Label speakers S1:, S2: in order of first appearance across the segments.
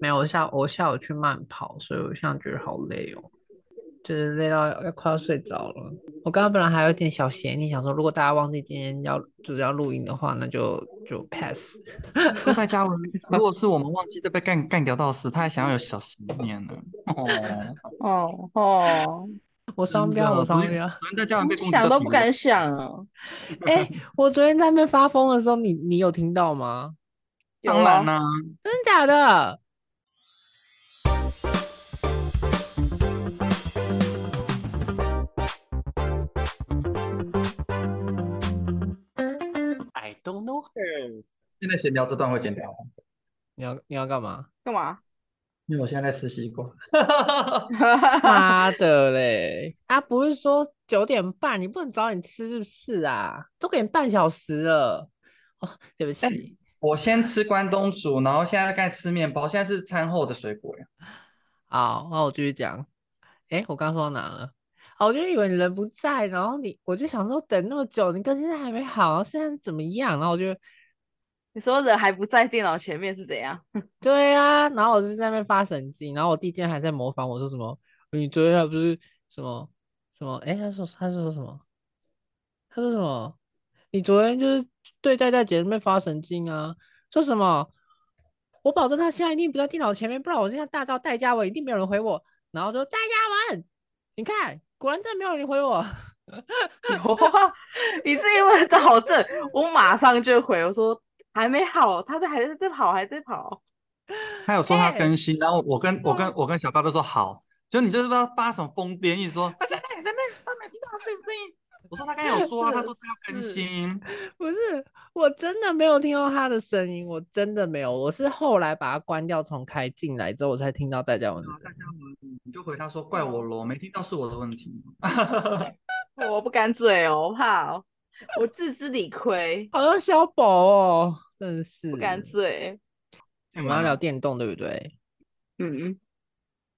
S1: 没有，我下我下午去慢跑，所以我现在觉得好累哦，就是累到要要快要睡着了。我刚刚本来还有点小嫌你想说如果大家忘记今天要就是要录音的话，那就就 pass。
S2: 说戴嘉文， 如果是我们忘记，就被干干掉到死，他还想要有小十年呢。 哦，
S3: 哦哦，
S1: 我双
S2: 真的
S1: 标，我
S2: 昨
S1: 双
S2: 天
S1: 标。
S2: 昨天戴嘉文被攻击到
S3: 想都
S2: 体
S3: 不
S2: 力
S3: 敢想啊。
S1: 哎、我昨天在那边发疯的时候，你你有听到吗？
S3: 有
S2: 当然
S3: 啊
S2: 啦、
S1: 真的假的？
S4: I don't know her。
S2: 现在闲聊这段会剪掉，
S1: 你要你要干嘛？
S3: 干嘛？
S2: 因为我现在在吃西瓜。
S1: 妈的嘞！啊，不是说九点半你不能早点吃是不是啊？都给你半小时了。哦，对不起，
S2: 我先吃关东煮，然后现在在吃面包，现在是餐后的水果呀。
S1: 好，那我继续讲。哎，我刚说到哪了？哦，我就以为你人不在，然后你我就想说等那么久，你更新还没好，现在怎么样？然后我就
S3: 你说人还不在电脑前面是怎样？
S1: 对啊，然后我就在那边发神经，然后我弟今天还在模仿我说什么，你昨天还不是什么什么？哎，他说他是说什么？他说什么？你昨天就是对戴戴姐那边发神经啊？说什么？我保证他现在一定不在电脑前面，不然我现在大叫戴嘉文，一定没有人回我。然后就戴嘉文，你看，果然真的没有人回我。
S3: 啊你自己问找证，我马上就回，我说还没好，他在还在跑，还在跑。
S2: 他有说他
S1: 哎
S2: 更新，然后我
S3: 哎
S2: 跟我跟我跟小高都说好，就你就是不知道发什么疯癫，一直说他现在在那，他没听到声音。我说他刚才有 说啊，他说他要更
S1: 是
S2: 新。
S1: 不是，我真的没有听到他的声音，我真的没有，我是后来把它关掉，重开进来之后，我才听到戴嘉文的
S2: 然后
S1: 声
S2: 大
S1: 音。
S2: 家回你就回他说怪我咯，没听到是我的问题。
S3: 我不敢嘴哦，我怕哦，我自知理亏，
S1: 好像小宝哦，真是。
S3: 不
S2: 嗯
S3: 敢嘴。
S2: 哎
S1: 我们要聊电动，对不对？
S3: 嗯，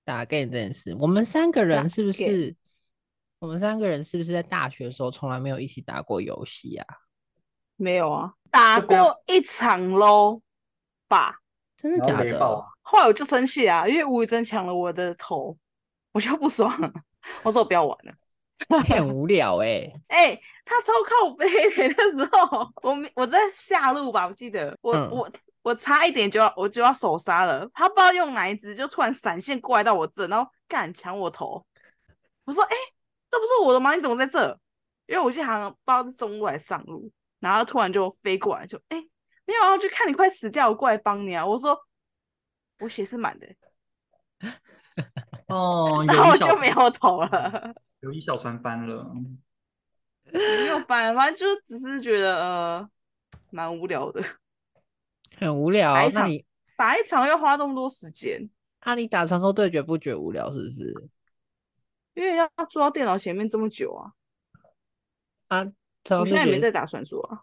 S1: 打 game 这件事，我们三个人
S3: 打
S1: 是不
S3: game
S1: 是？我们三个人是不是在大学的时候从来没有一起打过游戏啊？
S3: 没有啊，打
S2: 就不要
S3: 过一场喽吧。
S1: 真的
S2: 然
S1: 假
S2: 后雷爆
S1: 的？
S2: 啊
S3: 后来我就生气啊，因为吴宇森抢了我的头， 我就不爽了， 我说我不要玩了。
S1: 很无聊哎、
S3: 哎、他超靠背的那时候，我没我在下路吧，我记得我、
S1: 嗯
S3: 我我差一点就要我就要手杀了，他不知道用哪一只，就突然闪现过来到我这，然后干抢我头。我说：“哎、这不是我的吗？你怎么在这？”因为我记得好像不知道是中路还是上路，然后突然就飞过来，就哎、没有啊，就看你快死掉，我过来帮你啊。我说我血是满的，
S2: 哦，
S3: 然后
S2: 友
S3: 我
S2: 谊
S3: 就
S2: 小
S3: 没有头了。
S2: 友谊小船翻了。
S3: 没有反，反正就只是觉得呃蛮无聊的，
S1: 很无聊
S3: 打一。
S1: 那
S3: 场
S1: 你，
S3: 打一场要花那么多时间，
S1: 那、你打传说对决不觉得无聊是不是？
S3: 因为要坐到电脑前面这么久啊。
S1: 啊，传说
S3: 我现在也
S1: 对
S3: 没在
S1: 决
S3: 打传说啊，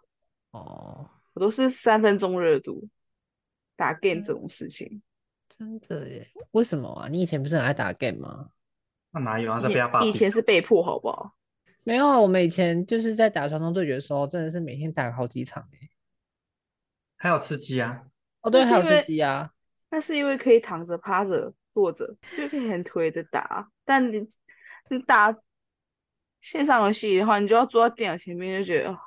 S1: 哦，
S3: 我都是三分钟热度打 game 这种事情。
S1: 真的耶？为什么啊？你以前不是很爱打 game 吗？
S2: 那哪有啊？
S3: 以
S2: 在被他
S3: 前
S2: 爸
S3: 以前是被迫，好不好？
S1: 没有啊，我们以前就是在打传统对决的时候，真的是每天打好几场欸
S2: 还有吃鸡啊，
S1: 哦，对，
S3: 那是
S1: 还有
S3: 因
S1: 吃
S3: 为
S1: 鸡啊，
S3: 那是因为可以躺着、趴着、坐着，就可以很颓的打。但你你打线上游戏的话，你就要坐到电脑前面，就觉得、哦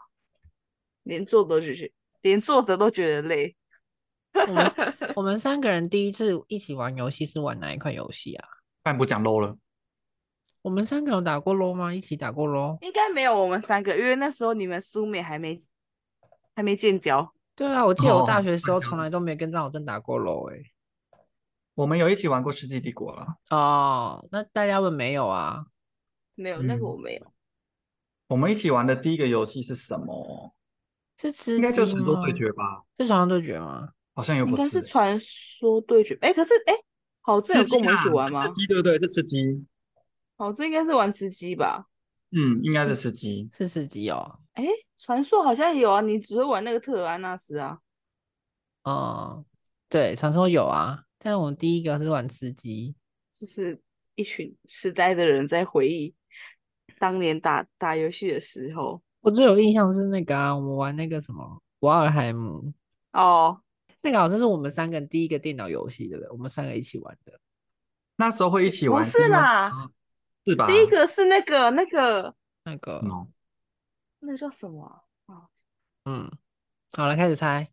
S3: 连坐都觉得，连坐着都觉得累。
S1: 我们我们三个人第一次一起玩游戏是玩哪一款游戏啊？
S2: 半不讲 low 了。
S1: 我们三个有打过 LO 吗？一起打过 LO？
S3: 应该没有我们三个，因为那时候你们苏美还没还没建交。
S1: 对啊，我记得我大
S2: 哦
S1: 学的时
S2: 我
S1: 候
S2: 想
S1: 从
S2: 起
S1: 来都没跟张小正打过 LO 哎、
S2: 我们有一起玩过《世纪帝国》了，
S1: 哦，那大家问没有啊？
S3: 没有，那个
S2: 嗯
S3: 我没有。
S2: 我们一起玩的第一个游戏是什么？
S1: 是吃
S2: 应该就是
S1: 鸡
S2: 传说
S1: 吗
S2: 对决吧？
S1: 是传统对决吗？
S2: 好像又
S3: 应
S2: 不
S3: 该是
S2: 是。
S3: 传说对决。哎、可是哎、好志有
S2: 吃鸡
S3: 跟我们一起
S2: 啊
S3: 玩
S2: 是
S3: 吗
S2: 吃？鸡对不对？是吃鸡。
S3: 好志应该是玩吃鸡吧？
S2: 嗯，应该是吃鸡。
S1: 是吃鸡哦。
S3: 哎、传说好像有啊，你只会玩那个特尔安纳斯啊。
S1: 嗯，对，传说有啊，但是我们第一个是玩吃鸡。
S3: 就是一群痴呆的人在回忆当年打打游戏的时候。
S1: 我最有印象是那个啊，我们玩那个什么瓦尔海姆，
S3: 哦，
S1: 那个好像是我们三个人第一个电脑游戏，对不对？我们三个一起玩的。
S2: 那时候会一起
S3: 不
S2: 玩，
S3: 是
S2: 因为
S3: 啦，
S2: 啊是吧？
S3: 第一个是那个那个
S1: 那个，
S2: 哦，
S3: 那叫什么啊、
S1: 嗯，好了，开始猜。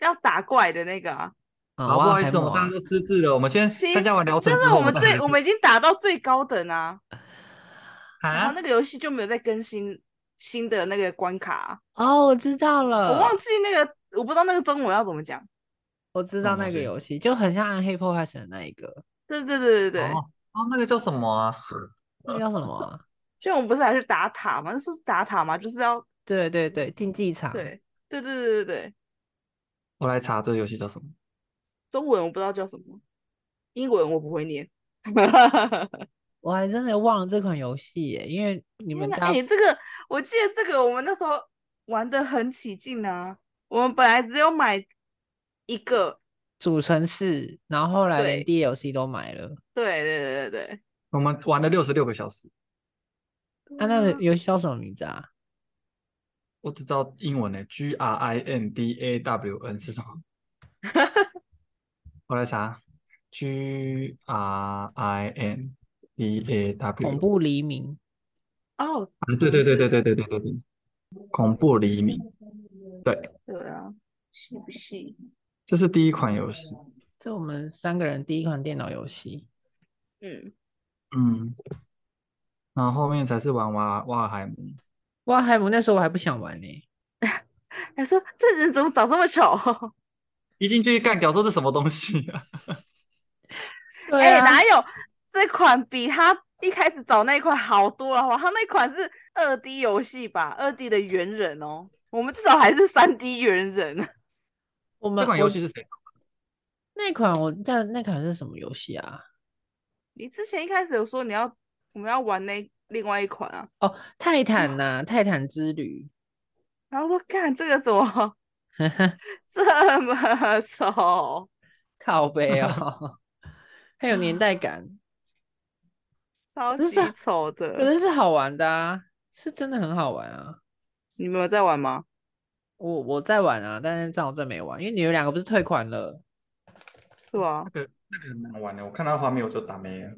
S3: 要打怪的那个啊，
S1: 啊，
S2: 好，不
S1: 要
S2: 好意
S1: 开
S2: 思，我
S1: 幕
S2: 们大
S1: 啊
S2: 家都失智了。我们先
S3: 行
S2: 参加完疗
S3: 就
S2: 程哦之
S3: 是
S2: 后，
S3: 我们
S2: 再
S3: 最
S2: 来
S3: 我们已经打到最高等啊，然后
S2: 啊
S3: 那个游戏就没有再更新新的那个关卡啊、
S1: 哦，我知道
S3: 我
S1: 了，
S3: 忘记那个我不知道那个中文要怎么讲。
S1: 我知
S2: 什
S1: 道
S2: 么
S1: 那
S2: 东
S1: 个
S2: 西
S1: 游戏就很像《暗黑破坏神》的那一 个，
S3: 对对对对对，
S2: 哦哦，那个叫什么啊？
S1: 那叫什么啊？
S3: 就我们不是还去打塔吗？那是打塔吗？就是要
S1: 对对对，竞技场。
S3: 对对对对对对，
S2: 我来查这个游戏叫什么。
S3: 中文我不知道叫什么，英文我不会念。
S1: 我还真的忘了这款游戏耶，因为你们
S3: 天哪
S1: 大 家
S3: 哎、这个我记得这个我们那时候玩的很起劲啊。我们本来只有买一个，
S1: 组成四，然后后来连
S3: 对
S1: DLC 都买了。
S3: 对对对对
S2: 我们玩了六十六个小时，
S3: 对。
S1: 啊，那个
S2: 嗯
S3: 对
S1: 游戏叫什么名字啊？
S2: 我只知道英文呢，G R I N D A W N 是什么？我来查，G R I N D A W。
S1: 恐怖黎明。
S3: 啊哦，
S2: 啊，对对对对对对对对对，恐怖黎明，对，
S3: 对啊，是不是？
S2: 这是第一款游戏。
S1: 这我们三个人第一款电脑游戏。
S3: 嗯，
S2: 嗯，然后后面才是玩瓦瓦尔海姆。
S1: 哇，海姆那时候我还不想玩呢。
S3: 还说这人怎么长这么丑？
S2: 一进去干掉说这什么东西啊？
S1: 对
S3: 哎、
S1: 啊，
S3: 哪有这款比他一开始找那一款好多了，好不好？他那款是二 D 游戏吧，二 D 的猿人哦。我们至少还是三 D 猿人，啊
S1: 我们
S2: 这款
S1: 我
S2: 游戏是谁？
S1: 那款我那那款是什么游戏啊？
S3: 你之前一开始有说你要我们要玩那另外一款啊，
S1: 哦，泰坦呐、泰坦之旅。
S3: 然后说看这个怎 么这么丑，
S1: 靠背 哦，很有年代感，
S3: 超
S1: 可是
S3: 级
S1: 是
S3: 丑
S1: 可
S3: 的。
S1: 是是好玩的啊，是真的很好玩啊。
S3: 你们有在玩吗？
S1: 我我在玩啊，但是张好正没玩，因为你们两个不是退款了。
S3: 对啊
S2: 那，个那个很难玩的，我看到画面我就打没 了。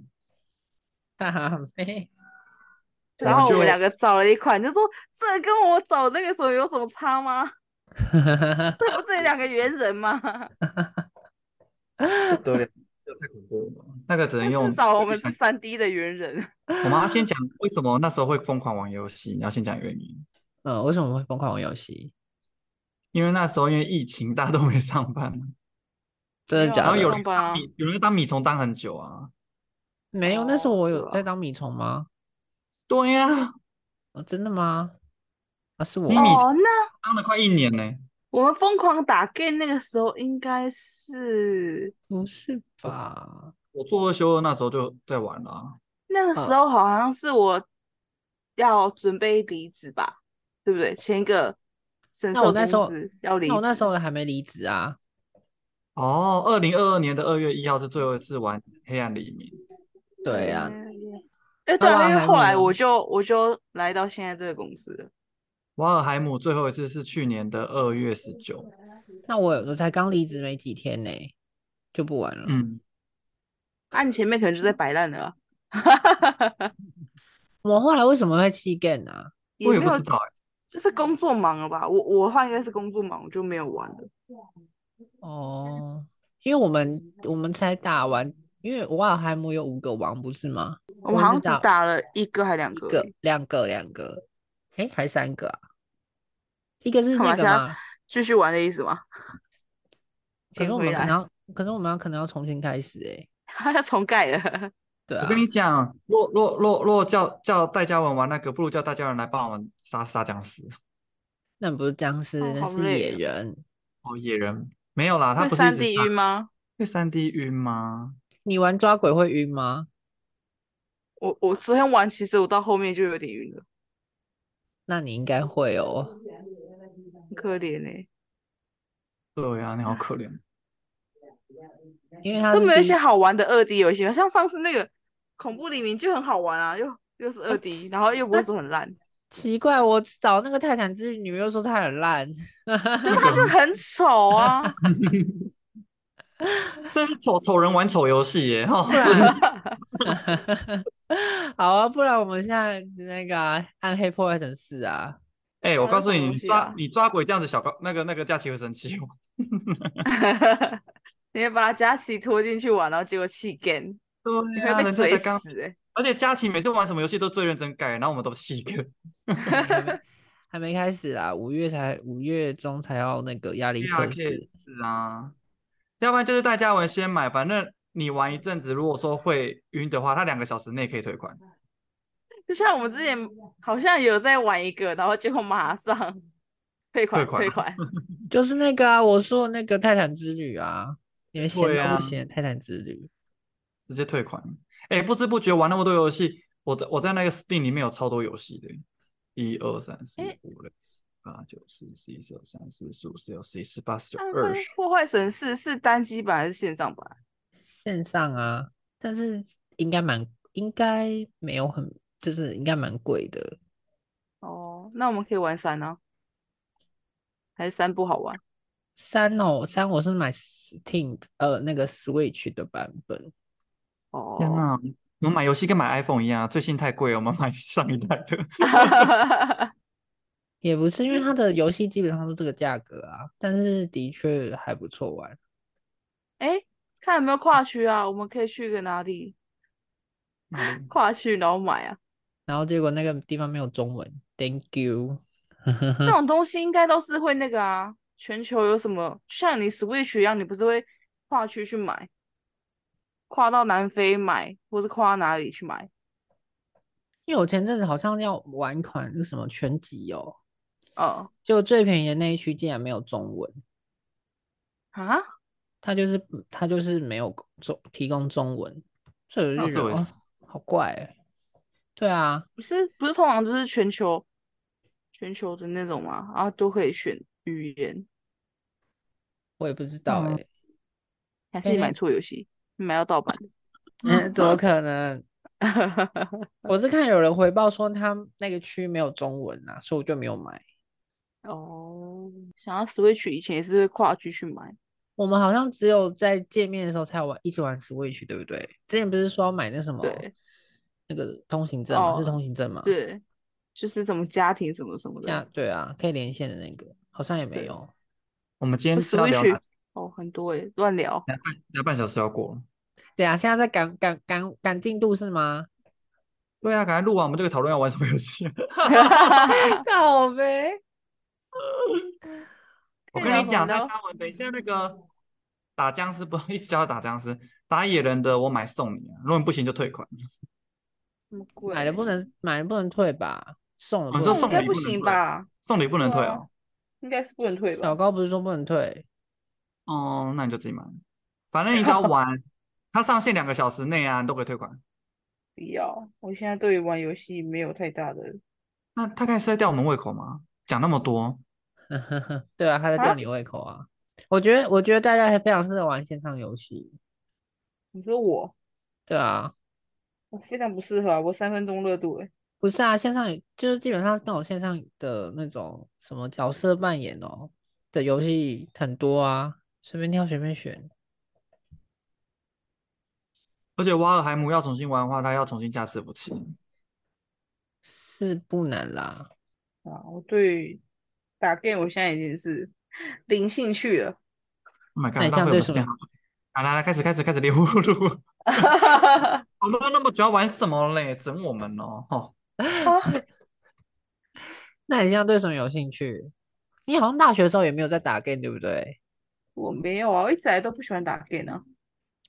S1: 哈哈， 妹，
S2: 我
S3: 然
S2: 们
S3: 后我
S2: 就
S3: 们两个找了一款，就说这跟我找那个什么有什么差 吗？这不是两个猿人吗？
S2: 不得了，这太恐怖了。那个只能用。
S3: 至少我们是三 D 的猿人。
S2: 我们要先讲为什么那时候会疯狂玩游戏，你要先讲原因。
S1: 嗯，为什么会疯狂玩游戏？
S2: 因为那时候因为疫情，大家都没上班，
S1: 真的
S3: 没有
S1: 假
S2: 然后
S1: 的？
S2: 有
S3: 上
S2: 人
S3: 班啊
S2: 当米有人当米虫当很久啊。
S1: 没有？那时候
S3: 哦
S1: 我
S3: 是
S1: 有在
S3: 啊
S1: 当米虫吗？
S2: 对呀、
S1: 哦，真的吗？啊，是我
S2: 你米
S1: 哦
S3: 哦，那
S2: 当了快一年呢、
S3: 我们疯狂打 game 那个时候应该是
S1: 不是吧？
S2: 我做二休二那时候就在玩了、啊，
S3: 那个
S1: 嗯
S3: 时候好像是我要准备离职吧，对不对？前一个神
S1: 那我
S3: 兽
S1: 那时候
S3: 公司要离职，
S1: 那我那时候还没离职啊。
S2: 哦，二零二二年的二月一号是最后一次玩《黑暗黎明》，
S1: 对呀、啊，
S3: 哎，对
S1: 那
S3: 啊，因
S1: 还
S3: 为后
S1: 有
S3: 来
S1: 呢
S3: 我就我就来到现在这个公司了。
S2: 瓦尔海姆最后一次是去年的二月十九。
S1: 那我我才刚离职没几天呢，就不玩了。
S2: 嗯，
S3: 那啊你前面可能就
S1: 嗯
S3: 在摆烂了啊，
S1: 我后来为什么会弃 game 啊？
S2: 我也
S3: 没
S2: 不
S3: 有
S2: 知道、欸，
S3: 就是工作忙了吧？我我的话应该是工作忙，我就没有玩了。嗯
S1: 哦，因为我们我们才打完，因为瓦尔海姆有五个王不是吗？
S3: 我
S1: 我
S3: 们好
S1: 知
S3: 像只
S1: 道
S3: 打了一个还两
S1: 一
S3: 个
S1: 个
S3: 而已，
S1: 两个，两个，哎，还三个啊？一个是那个
S3: 干嘛现在
S1: 嘛，
S3: 继续玩的意思吗？
S1: 可
S3: 捡
S1: 是我
S3: 回
S1: 们可
S3: 来
S1: 能要，可是我们要可能要重新开始哎，
S3: 他要重盖了，
S1: 对啊
S2: 我跟，你讲，若若若若叫叫戴嘉文玩那个，不如叫戴嘉文来帮我们杀杀僵尸。
S1: 那不是僵尸，
S3: 哦
S1: 那
S3: 好
S1: 是
S3: 累
S1: 野
S3: 啊
S1: 人。
S2: 哦，野人没有啦，他
S3: 会
S2: 不是
S3: 三
S2: 一直
S3: D
S2: 杀
S3: 晕？吗？
S2: 会三 D 晕吗？
S1: 你玩抓鬼会晕吗？
S3: 我我昨天玩，其实我到后面就有点晕了，
S1: 那你应该会哦。
S3: 很可怜哎、
S2: 对啊，你好可怜。
S1: 因为它
S3: 这
S1: 是
S3: 没有一
S1: 第
S3: 些
S1: 一
S3: 好玩的二 D 游戏吗？像上次那个恐怖黎明就很好玩啊，又又是二 D，然后又不
S1: 那
S3: 会说很烂。
S1: 奇怪，我找那个泰坦之女又说她很烂，
S3: 因为他啊就很 丑啊，
S2: 这是丑丑人玩丑游戏耶！哈、
S1: 不然，好啊，不然我们现在那个啊暗黑破坏神四啊，
S2: 哎、我
S3: 玩
S2: 告诉
S3: 什
S2: 你，
S3: 么
S2: 你
S3: 游戏
S2: 抓
S3: 啊
S2: 你抓鬼这样子，小高那个那个假期会生气哦。
S3: 你也把佳琪拖进去玩，然后结果气 game，你
S2: 对
S3: 会
S2: 啊，
S3: 被
S2: 人家
S3: 追
S2: 才刚，
S3: 死、欸。
S2: 而且佳琪每次玩什么游戏都最认真改，然后我们都气个。
S1: 还没还没开始啊，五月才五月中才要那个压力
S2: 对啊，
S1: 测
S2: 可以
S1: 试，
S2: 是啊，要不然就是带家文先买，反正你玩一阵子，如果说会晕的话，它两个小时内可以退款。
S3: 就像我们之前好像有在玩一个，然后结果马上 退款
S2: 退款
S3: 退款，啊
S1: 就是那个啊，我说的那个泰坦之旅啊，你们闲
S2: 对
S1: 到
S2: 啊
S1: 不行的泰坦之旅，
S2: 直接退款。哎、不知不觉玩那么多游戏，我在我在那个 Steam 里面有超多游戏的，一二三四
S3: 诶
S2: 五六七八九十十一十二十三十四十五十六十一十八十九
S3: 暗
S2: 二
S3: 黑
S2: 十。
S3: 破坏神是是单机版还是线上版？
S1: 线上啊，但是应该蛮应该没有很，就是应该蛮贵的，
S3: 哦，那我们可以玩三啊，还是三不好玩？
S1: 三哦三我是买 Steam 呃那个 Switch 的版本，
S3: 哦，
S2: 天哪！我们买游戏跟买 iPhone 一样啊，最新太贵了，我们买 上一代 的。
S1: 也不是因为它的游戏基本上都这个价格啊，但是的确还不错玩。
S3: 哎、看有没有跨区啊？我们可以去个哪里
S2: 哪里
S3: 跨区，然后买啊。
S1: 然后结果那个地方没有中文，Thank you。
S2: 嗯
S3: 这种东西应该都是会那个啊，全球有什么，就像你 Switch 一样，你不是会跨区去买，跨到南非买，或是跨到哪里去买？
S1: 因为我前阵子好像要玩一款那个什么全集哦，
S3: 哦、
S1: 就最便宜的那一区竟然没有中文，
S3: 啊，
S1: 它就是它就是没有中提供中文，所以我
S2: 啊
S1: 就觉
S2: 这
S1: 得、
S2: 回
S1: 哦
S2: 事
S1: 好怪、欸。对啊，
S3: 不是不是通常就是全球全球的那种嘛，然后都可以选语言，
S1: 我也不知道哎、
S2: 嗯
S1: 欸，
S3: 还是你
S1: 哎
S3: 买
S1: 那
S3: 错游戏，你买到盗版的。
S1: 嗯， 怎么可能？ 我是看有人回报说他那个区没有中文啊，所以我就没有买。
S3: 哦，想要 Switch 以前也是会跨区去买，
S1: 我们好像只有在见面的时候才玩一起玩 Switch，对不对？之前不是说要买那什么
S3: 对
S1: 那个通行证吗？是
S3: 哦
S1: 通行证吗？
S3: 对，就是什么家庭什么什么
S1: 这样
S3: 的。
S1: 对啊，可以连线的那个好像也没
S3: 对
S1: 有。
S2: 我们今天是要聊
S3: Switch
S2: 哪？
S3: 哦，很多诶，乱聊。
S2: 聊半聊半小时要过了。
S1: 对啊，现在在赶赶赶赶进度是吗？
S2: 对啊，赶快录完我们这个讨论要玩什么游戏。
S1: 靠呗，
S2: 我
S3: 太
S2: 跟
S3: 聊
S2: 你
S3: 什
S2: 讲，
S3: 么
S2: 那
S3: 了
S2: 他们等一下那个打僵尸不一直叫他打僵尸，打野人的我买送你啊，如果你不行就退款。
S3: 什么鬼？
S1: 买了不能买了不能退吧？送了
S2: 哦
S1: 不
S2: 你
S1: 能
S2: 说
S1: 退
S3: 那
S2: 送
S3: 应该
S2: 礼不
S3: 不
S2: 能
S3: 行
S2: 退
S3: 吧？
S2: 送礼不能退哦。
S3: 应该是不能退
S1: 小
S3: 吧？
S1: 高不是说不能退？
S2: 哦，那你就自己买，反正你只要 玩，它上线两个小时内啊，你都可以退款。
S3: 不要，我现在对于玩游戏没有太大的。
S2: 那他开始在吊我们胃口吗？讲那么多，
S1: 对啊，他在吊
S3: 啊
S1: 你胃口啊。我觉得我觉得大家还非常适合玩线上游戏。
S3: 你说我，
S1: 对啊，
S3: 我非常不适合啊，我三分钟热度诶。
S1: 不是啊，线上就是基本上那种线上的那种什么角色扮演哦的游戏很多啊，随便挑随便选。
S2: 而且瓦尔海姆要重新玩的话，他要重新加伺服器。Oh
S1: 是不难啦，
S3: 啊，我对打 game 我现在已经是 零兴趣 了。
S2: Oh
S1: 那
S2: my god，
S1: 你像
S2: 浪费我
S1: 对
S2: 们时
S1: 手
S2: 间好。好，来来，开始开始开始连呼噜。我们那么久要玩什么嘞？整我们哦，吼
S1: 那你现在对什么有兴趣？你好像大学的时候也没有在打 game，对不对？
S3: 我没有啊，我一直来都不喜欢打 game 啊，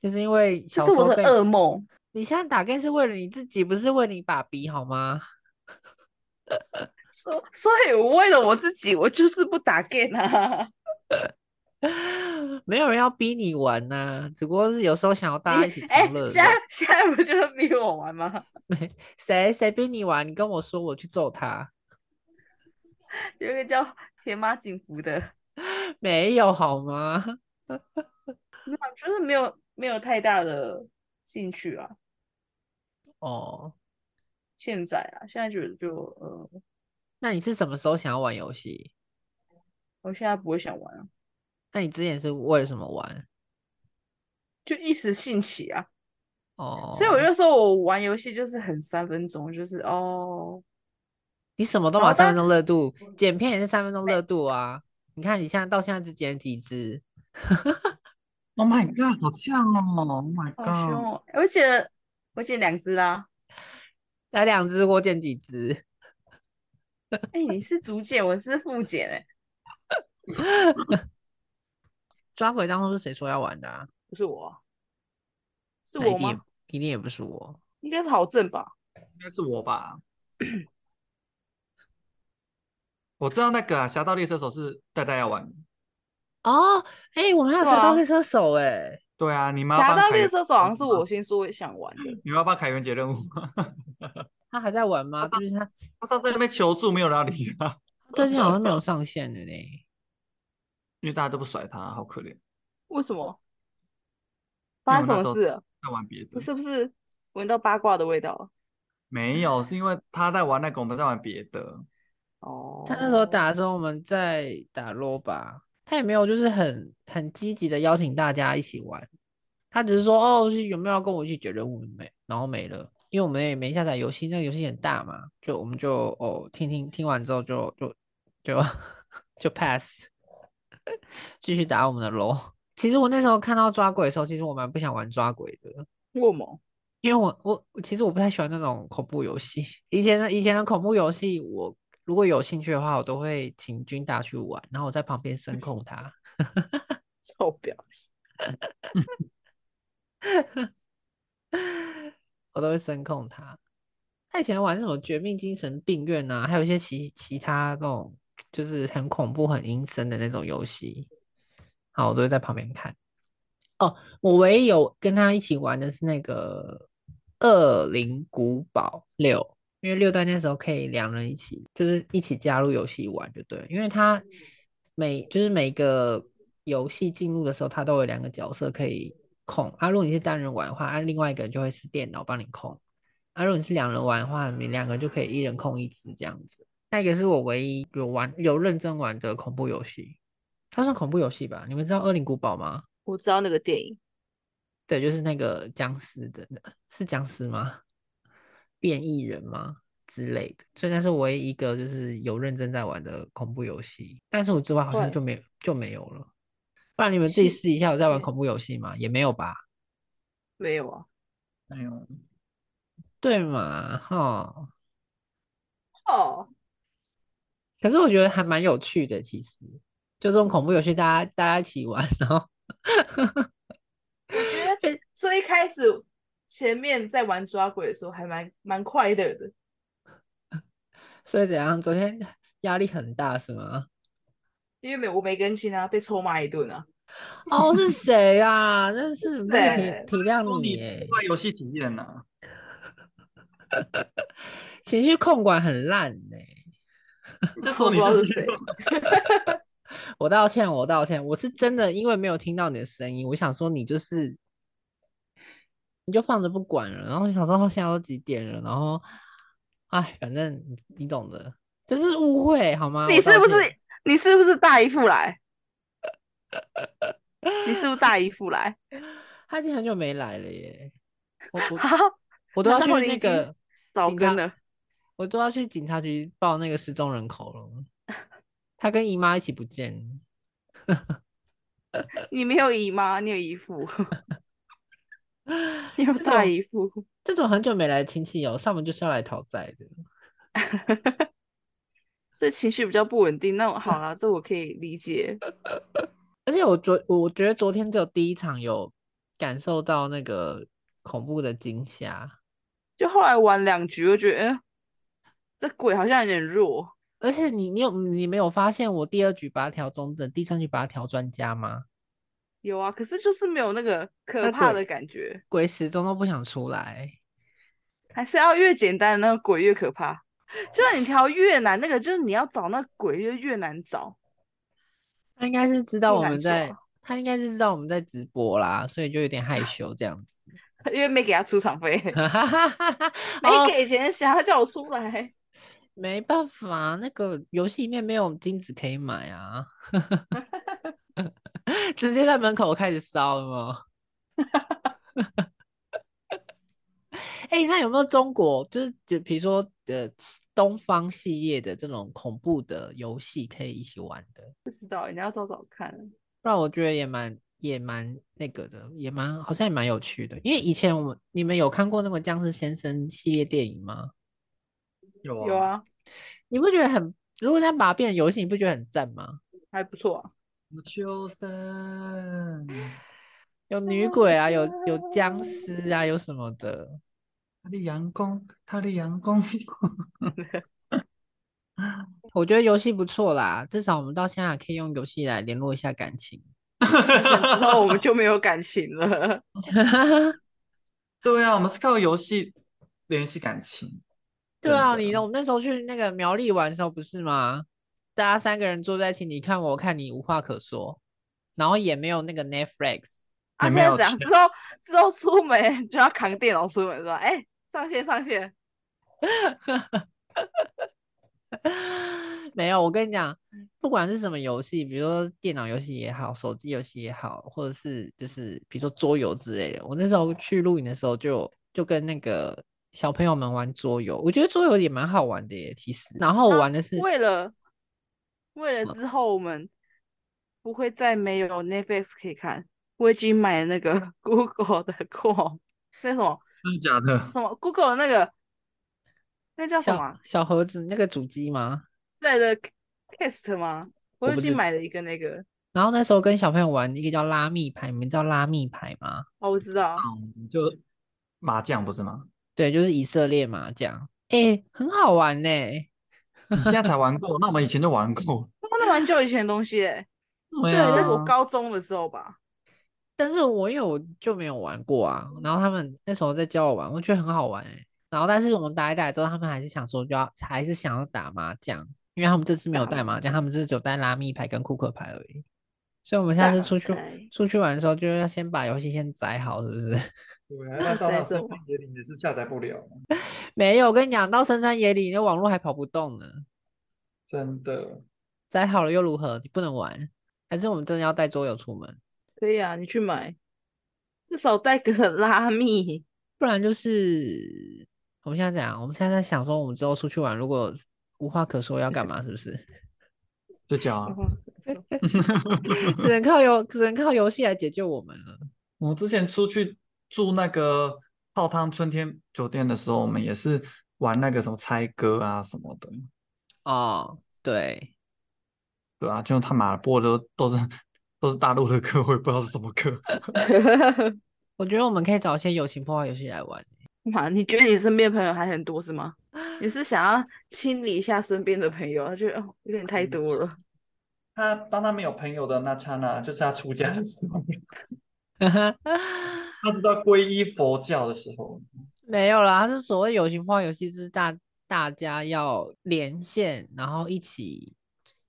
S1: 就是因为
S3: 这
S1: 小
S3: 是
S1: 时
S3: 我
S1: 候
S3: 的
S1: 被
S3: 噩梦。
S1: 你现在打 game 是为了你自己，不是为你爸比好吗？
S3: 所所以，我为了我自己，我就是不打 game 啊。
S1: 没有人要逼你玩呐、只不过是有时候想要大家一起
S3: 你哎，
S1: 同乐这
S3: 现
S1: 样。
S3: 在现在不就是逼我玩吗？
S1: 没谁谁逼你玩，你跟我说，我去揍他。
S3: 有一个叫铁马警服的，啊
S1: 没有好吗？
S3: 没有，就是没有没有太大的兴趣啊。
S1: 哦，
S3: 现在啊，现在觉得就呃，
S1: 那你是什么时候想要玩游戏？
S3: 我现在不会想玩啊，
S1: 那你之前是为了什么玩？
S3: 就一时兴起啊。
S1: 哦，
S3: 所以我就说我玩游戏就是很三分钟，就是哦，
S1: 你什么都
S3: 好
S1: 把三分
S3: 但
S1: 钟热度，剪片也是三分钟热度啊。你看你现在到现在只剪了几支？
S2: Oh my god，好呛哦！Oh my
S3: 好凶
S2: god，
S3: 哦！我剪了，我剪两只啦。
S1: 才两支，我剪几支？
S3: 哎、你是主剪，我是副剪、欸，哎，
S1: 抓鬼当初是谁说要玩的啊？
S3: 不是我啊，是
S1: 那一
S3: 我
S1: 定也
S3: 吗？
S1: 一定也不是我。
S3: 应该是郝正吧？
S2: 应该是我吧？我知道那个啊《侠盗猎车手》是戴戴要玩的。
S1: 哦，哎、我们还有
S3: 是啊
S1: 侠盗
S3: 吗
S1: 猎车手哎、
S2: 对啊，你们要
S3: 侠
S2: 帮
S3: 盗
S2: 凯
S3: 猎
S2: 源
S3: 车手好像是我先说想玩的，
S2: 你们要帮凯源解任务吗？
S1: 他还在玩吗？就是他
S2: 他上次在那边求助，没有人要理他，
S1: 最近好像没 有上线了嘞。
S2: 因为大家都不甩他，好可怜。
S3: 为什么？发生
S2: 因为我那时候嗯
S3: 什么事了？
S2: 在玩别的
S3: 我，是不是闻到八卦的味道了？
S2: 没有，是因为他在玩那个，我们在玩别的。
S3: 哦，
S1: 他那时候打的时候，我们在打 LO 吧，他也没有就是很很积极的邀请大家一起玩，他只是说哦是有没有要跟我一起解任务没，然后没了，因为我们也没下载游戏，那个游戏很大嘛，就我们就哦听听听完之后就就就 就 pass，继续打我们的 LO。其实我那时候看到抓鬼的时候，其实我蛮不想玩抓鬼的，
S3: 过猛，
S1: 因为我我我其实我不太喜欢那种恐怖游戏。 以前的以前的恐怖游戏，我如果有兴趣的话，我都会请君达去玩，然后我在旁边声控他。
S3: 臭婊子！
S1: 我都会声控它。他以前玩什么《绝命精神病院》啊，还有一些其其他那种就是很恐怖、很阴森的那种游戏，好，我都会在旁边看。哦，我唯一有跟他一起玩的是那个《恶灵古堡六》，因为六代那时候可以两人一起，就是一起加入游戏玩，就对了。因为他每就是每个游戏进入的时候，他都有两个角色可以控。啊，如果你是单人玩的话，啊，另外一个人就会是电脑帮你控。啊，如果你是两人玩的话，你两个人就可以一人控一只这样子。那个是我唯一有玩有认真玩的恐怖游戏，它算恐怖游戏吧？你们知道《恶灵古堡》吗？
S3: 我知道那个电影，
S1: 对，就是那个僵尸的，是僵尸吗？变异人吗？之类的，所以那是唯一一个就是有认真在玩的恐怖游戏。但是我之外好像
S3: 对
S1: 就没就没有了。不然你们自己
S3: 是
S1: 试一下，我在玩
S3: 对
S1: 恐怖游戏吗？也没有吧？
S3: 没有啊？
S2: 哎呦，
S1: 对嘛？哈，
S3: 哦，
S1: 可是我觉得还蛮有趣的，其实就这种恐怖游戏，大家大家一起玩， 然后
S3: 我觉得
S1: 被
S3: 最一开始前面在玩抓鬼的时候还蛮蛮快乐的，
S1: 所以怎样？昨天压力很大是吗？
S3: 因为没我没更新啊，被臭骂一顿啊。
S1: 哦，是谁啊？真是不是
S3: 谁
S1: 体体谅
S2: 说
S1: 你
S2: 你
S3: 欸
S1: 耶
S2: 不，玩游戏体验呢、
S1: 情绪控管很烂呢。
S2: 这时哦候你
S3: 我不知道
S2: 就是
S3: 谁，
S1: 我道歉，我道歉，我是真的因为没有听到你的声音，我想说你就是你就放着不管了，然后想说哦现在都几点了，然后哎，反正你你懂的，这是误会好吗？
S3: 你
S1: 我道
S3: 是不是
S1: 歉
S3: 你是不是大姨夫来？你是不是大姨夫来？
S1: 他已经很久没来了耶？我我
S3: 哈，
S1: 我都要
S3: 难
S1: 去
S3: 道你
S1: 那
S3: 已经
S1: 个
S3: 早
S1: 警察
S3: 更了，
S1: 我都要去警察局报那个失踪人口了。 他跟姨妈一起不见了，
S3: 你没有姨妈，你有姨父， 你有
S1: 这
S3: 大
S1: 种
S3: 姨夫。
S1: 这种很久没来的亲戚哦，上门就是要来讨债的。
S3: 所以情绪比较不稳定。那我好啦，这我可以理解。
S1: 而且我昨我觉得昨天只有第一场有感受到那个恐怖的惊吓，
S3: 就后来玩两局，我觉得，嗯，这鬼好像有点弱。
S1: 而且你你有你没有发现我第二局把它调中等，第三局把它调专家吗？
S3: 有啊，可是就是没有那个可
S1: 那
S3: 怕
S1: 鬼
S3: 的感觉，
S1: 鬼始终都不想出来，
S3: 还是要越简单的那个鬼越可怕。就算你调越难，那个就是你要找那鬼就越难找。
S1: 他应该是知道
S3: 不
S1: 我
S3: 敢啊
S1: 们
S3: 抓
S1: 在，他应该是知道我们在直播啦，所以就有点 害羞这样子。
S3: 因为没给他出场费，哎
S1: 哈哈哈哈哈！
S3: 没
S1: 哦，
S3: 给钱，想要叫我出来，
S1: 没办法，那个游戏里面没有金子可以买啊， 直接在门口开始烧了吗？ 哎、那有没有中国就是就比如说呃东方系列的这种恐怖的游戏可以一起玩的？
S3: 不知道，你要找找看。
S1: 不然我觉得也蛮也蛮那个的，也蛮好像也蛮有趣的。因为以前我们你们有看过那个僵尸先生系列电影吗？
S2: 有
S3: 有，啊，
S1: 你不觉得很？如果他把它变成游戏，你不觉得很赞吗？
S3: 还不错、啊。
S2: 秋生，
S1: 有
S3: 的
S1: 女
S3: 是
S1: 鬼啊，有有僵
S3: 啊
S1: 尸啊，有什么的？
S2: 他的阳光，他的阳 光，
S1: 我觉得游戏不错啦，至少我们到现在还可以用游戏来联络一下感情。
S3: 之后我们就没有感情了。
S1: 哦
S2: 对啊，我们是靠游戏联系感情。
S1: 对啊，
S2: 真的
S1: 你我们那时候去那个苗栗玩的时候不是吗？大家三个人坐在一起，你看我，我看你，无话可说，然后也没有那个 Netflix。
S3: 啊，
S2: 也
S3: 现
S2: 没
S3: 在
S2: 有
S3: 这样
S2: 钱
S3: 之后之后出门就要扛电脑出门，说哎、上线上线，
S1: 没有，我跟你讲，
S3: 嗯
S1: 不管是什么游戏，比如说电脑游戏也好，手机游戏也好，或者是就是比如说桌游之类的。我那时候去露营的时候就就跟那个小朋友们玩桌游，我觉得桌游也蛮好玩的耶，其实。然后我
S3: 那
S1: 玩的是，
S3: 啊为了为了之后我们不会再没有 Netflix 可以看，我已经买了那个 Google 的 Chrome，那什么
S2: 真的假的？
S3: 什么 Google 的那个那叫什么
S1: 小
S3: 啊？
S1: 小盒子那个主机吗？
S3: 对的 Cast 吗？
S1: 我
S3: 我
S1: 不
S3: 已
S1: 知
S3: 经买了一个那个，
S1: 然后那时候跟小朋友玩一个叫拉密牌，你们知道拉密牌吗？
S3: 哦，我知道，
S2: 嗯，就麻将不是吗？
S1: 对，就是以色列麻将，哎，很好玩呢。
S2: 你现在才玩过，那我们以前就玩过。
S3: 那蛮久以前的东西哎、
S2: 对
S3: 这
S2: 啊，
S3: 是我高中的时候吧。
S1: 但是我因为我就没有玩过啊，然后他们那时候在教我玩，我觉得很好玩哎、然后但是我们打一打之后，他们还是想说就要还是想要打麻将，因为他们这次没有
S3: 打
S1: 带麻将，他们这次只有带拉密牌跟库克牌而已。所以我们下
S3: 打
S1: 次出去
S3: 开
S1: 出去玩的时候，就要先把游戏先载好，是不是？
S2: 对啊，那到
S3: 在
S2: 那
S3: 这
S2: 深山野岭也是下载不了，
S1: 没有，我跟你讲，到深山野岭，那网络还跑不动呢，
S2: 真的。
S1: 载好了又如何？你不能玩，还是我们真的要带桌游出门？
S3: 可以啊，你去买，至少带个 拉密。
S1: 不然就是我们现在讲，我们现在在想说，我们之后出去玩，如果无话可说要干嘛？是不是？
S2: 就 讲啊，
S1: 只能靠游，只能靠游戏来解救我们了。
S2: 我之前出去住那个泡汤春天酒店的时候，我们也是玩那个什么猜歌啊什么的，
S1: 哦，对，
S2: 对啊，就他妈的播的都都是都是大陆的歌，我也不知道是什么歌。
S1: 我觉得我们可以找一些友情破坏游戏来玩。
S3: 妈，你觉得你身边朋友还很多是吗？你是想要清理一下身边的朋友，他觉得哦有点太多了。
S2: 他当他没有朋友的那刹那，就是他出家的时 候，他知道皈依佛教的时候。
S1: 没有啦，它是所谓友情破坏游戏，就是大大家要连线，然后一起，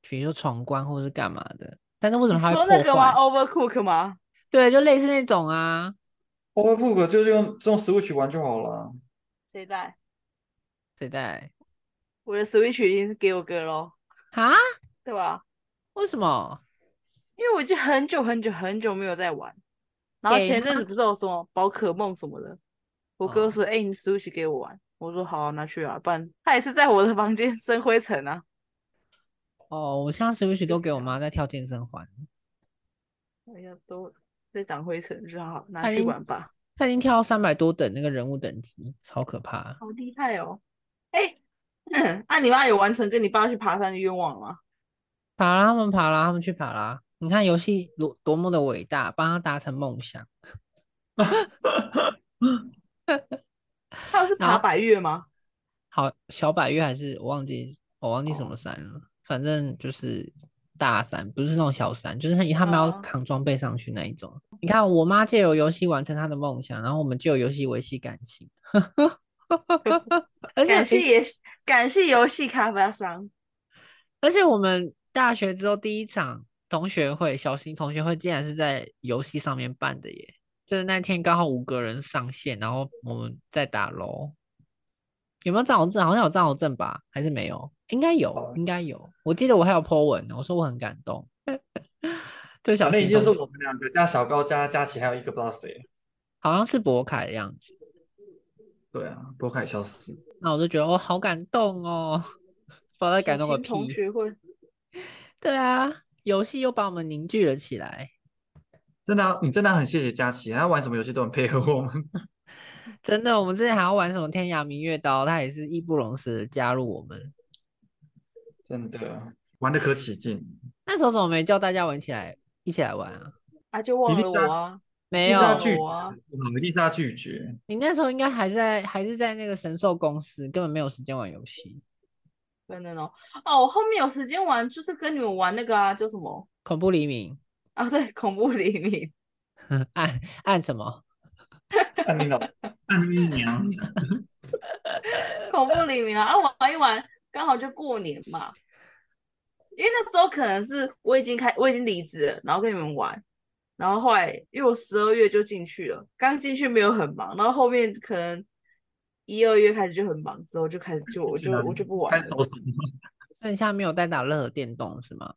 S1: 比如说闯关或是干嘛的。但是为什么
S3: 你
S1: 它会
S3: 说
S1: 破
S3: 那个吗哦
S1: 坏？
S3: ？Overcook 吗？
S1: 对，就类似那种啊。
S2: Overcook 哦就是用这种 Switch 玩就好了。
S3: 谁带？
S1: 对对
S3: 我的 Switch 已经是给我哥喽，
S1: 啊？
S3: 对吧？
S1: 为什么？
S3: 因为我已经很久很久很久没有在玩。然后
S1: 给
S3: 前
S1: 他
S3: 阵子不是有什么宝可梦什么的，我
S1: 哦
S3: 哥说：“哎、你 Switch 给我玩。”我说：“好啊、拿去啊。”不然他也是在我的房间生灰尘啊。
S1: 哦，我上次 Switch 都给我
S3: 对
S1: 妈在跳健身环，
S3: 哎呀，都在长灰尘，就好拿
S1: 他已
S3: 去
S1: 经
S3: 玩吧，
S1: 她已经跳到三百多等那个人物等级，超可怕。
S3: 好厉害哦！哎、 啊，你妈有完成跟你爸去爬山的愿望吗？
S1: 爬啦，他们爬啦，他们去爬啦。你看游戏多多么的伟大，帮他达成梦想。
S3: 他们是
S1: 然
S3: 爬
S1: 后
S3: 百越吗？
S1: 好，小百月还是我忘记我忘记什么
S3: 哦
S1: 山了，反正就是大山，不是那种小山，就是他他们要
S3: 哦
S1: 扛装备上去那一种。你看，我妈借由游戏完成她的梦想，然后我们借由游戏维系感情， 而且
S3: 感谢
S1: 其
S3: 也感谢游戏开发商，
S1: 而且我们大学之后第一场同学会，小型同学会竟然是在游戏上面办的耶！就是那天刚好五个人上线，然后我们在打楼，有没有藏獒症？好像有藏獒症吧？还是没有？应该有，应该有。我记得我还有 po 文呢，我说我很感动。对小
S2: 那已
S1: 新
S2: 经
S1: 同
S2: 是
S1: 学，
S2: 我们两个加小高加佳琪，还有一个不知道谁。
S1: 好像是博凯的样子。
S2: 对啊，波凯消失。
S1: 那我就觉得我、哦、好感动哦， 不知道在感动个
S3: 新同
S1: 屁。
S3: 学会，
S1: 对啊，游戏又把我们凝聚了起来，
S2: 真的啊、你真的很谢谢佳琪，他玩什么游戏都很配合我们。
S1: 真的。我们之前还要玩什么天涯明月刀，他也是义不容辞的加入我们。
S2: 真的 玩的可起劲，
S1: 那时候怎么没叫大家玩起来，一起来玩啊？
S3: 啊，就忘
S2: 一
S3: 了
S2: 定的
S3: 我啊，
S1: 没
S2: 丽
S1: 有，
S2: 莎拒绝，
S3: 有啊
S2: 我丽莎拒绝，
S1: 你那时候应该还在还是在那个神兽公司，根本没有时间玩游戏。
S3: 可能哦，哦，我后面有时间玩，就是跟你们玩那个啊，叫什么
S1: 恐怖黎明，
S3: 啊？对，恐怖黎明，
S1: 按按什么？
S2: 按你老，按你娘，
S3: 恐怖黎明啊，啊，玩一玩，刚好就过年嘛。因为那时候可能是我已经开，我已经离职了，然后跟你们玩，然后后来因为我十二月就进去了，刚进去没有很忙，然后后面可能一二月开始就很忙，之后就开始就我就我就不玩
S2: 看
S3: 了，
S2: 守什么？
S1: 那你现在没有在打任何电动是吗？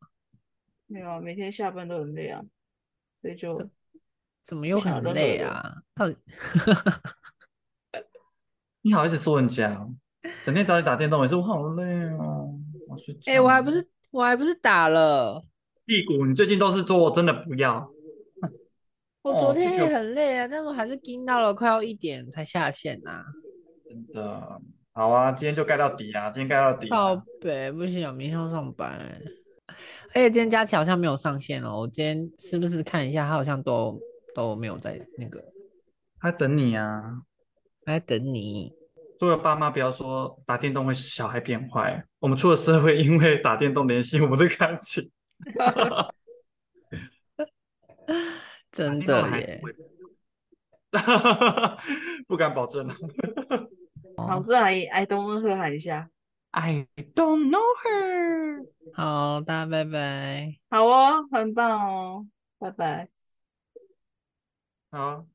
S3: 没有啊，每天下班都很累啊，所以就
S1: 怎么又
S3: 不想
S1: 很
S3: 任何
S1: 累
S3: 人
S1: 啊？到底
S2: 你好意思说人家哦？整天找你打电动也是，我好累哦，我睡觉。
S1: 哎、我还不是我还不是打了，
S2: 屁股，你最近都是说我真的不要，
S1: 我
S2: 哦
S1: 昨
S2: 这
S1: 天
S2: 就
S1: 也很累啊，但是我还是盯到了快要一点才下线啊呐、
S2: 真的。好啊，今天就盖到底啊，今天盖到底、
S1: 靠
S2: 啊。
S1: 北，不行，明天要上班欸、而且今天佳琪好像没有上线哦，我今天是不是看一下，她好像都都没有在那个，
S2: 他等你啊，
S1: 她在等你。
S2: 作为爸妈，不要说打电动会使小孩变坏。我们出了社会，因为打电动联系我们的感情，
S1: 真
S2: 打电动
S1: 的
S2: 孩子
S1: 耶，
S2: 会 不敢保证啊。
S3: 老师还 I don't 喝喊一下，
S2: I don't know her。
S1: 好，大家拜拜。
S3: 好哦，很棒哦，拜拜。
S2: 好，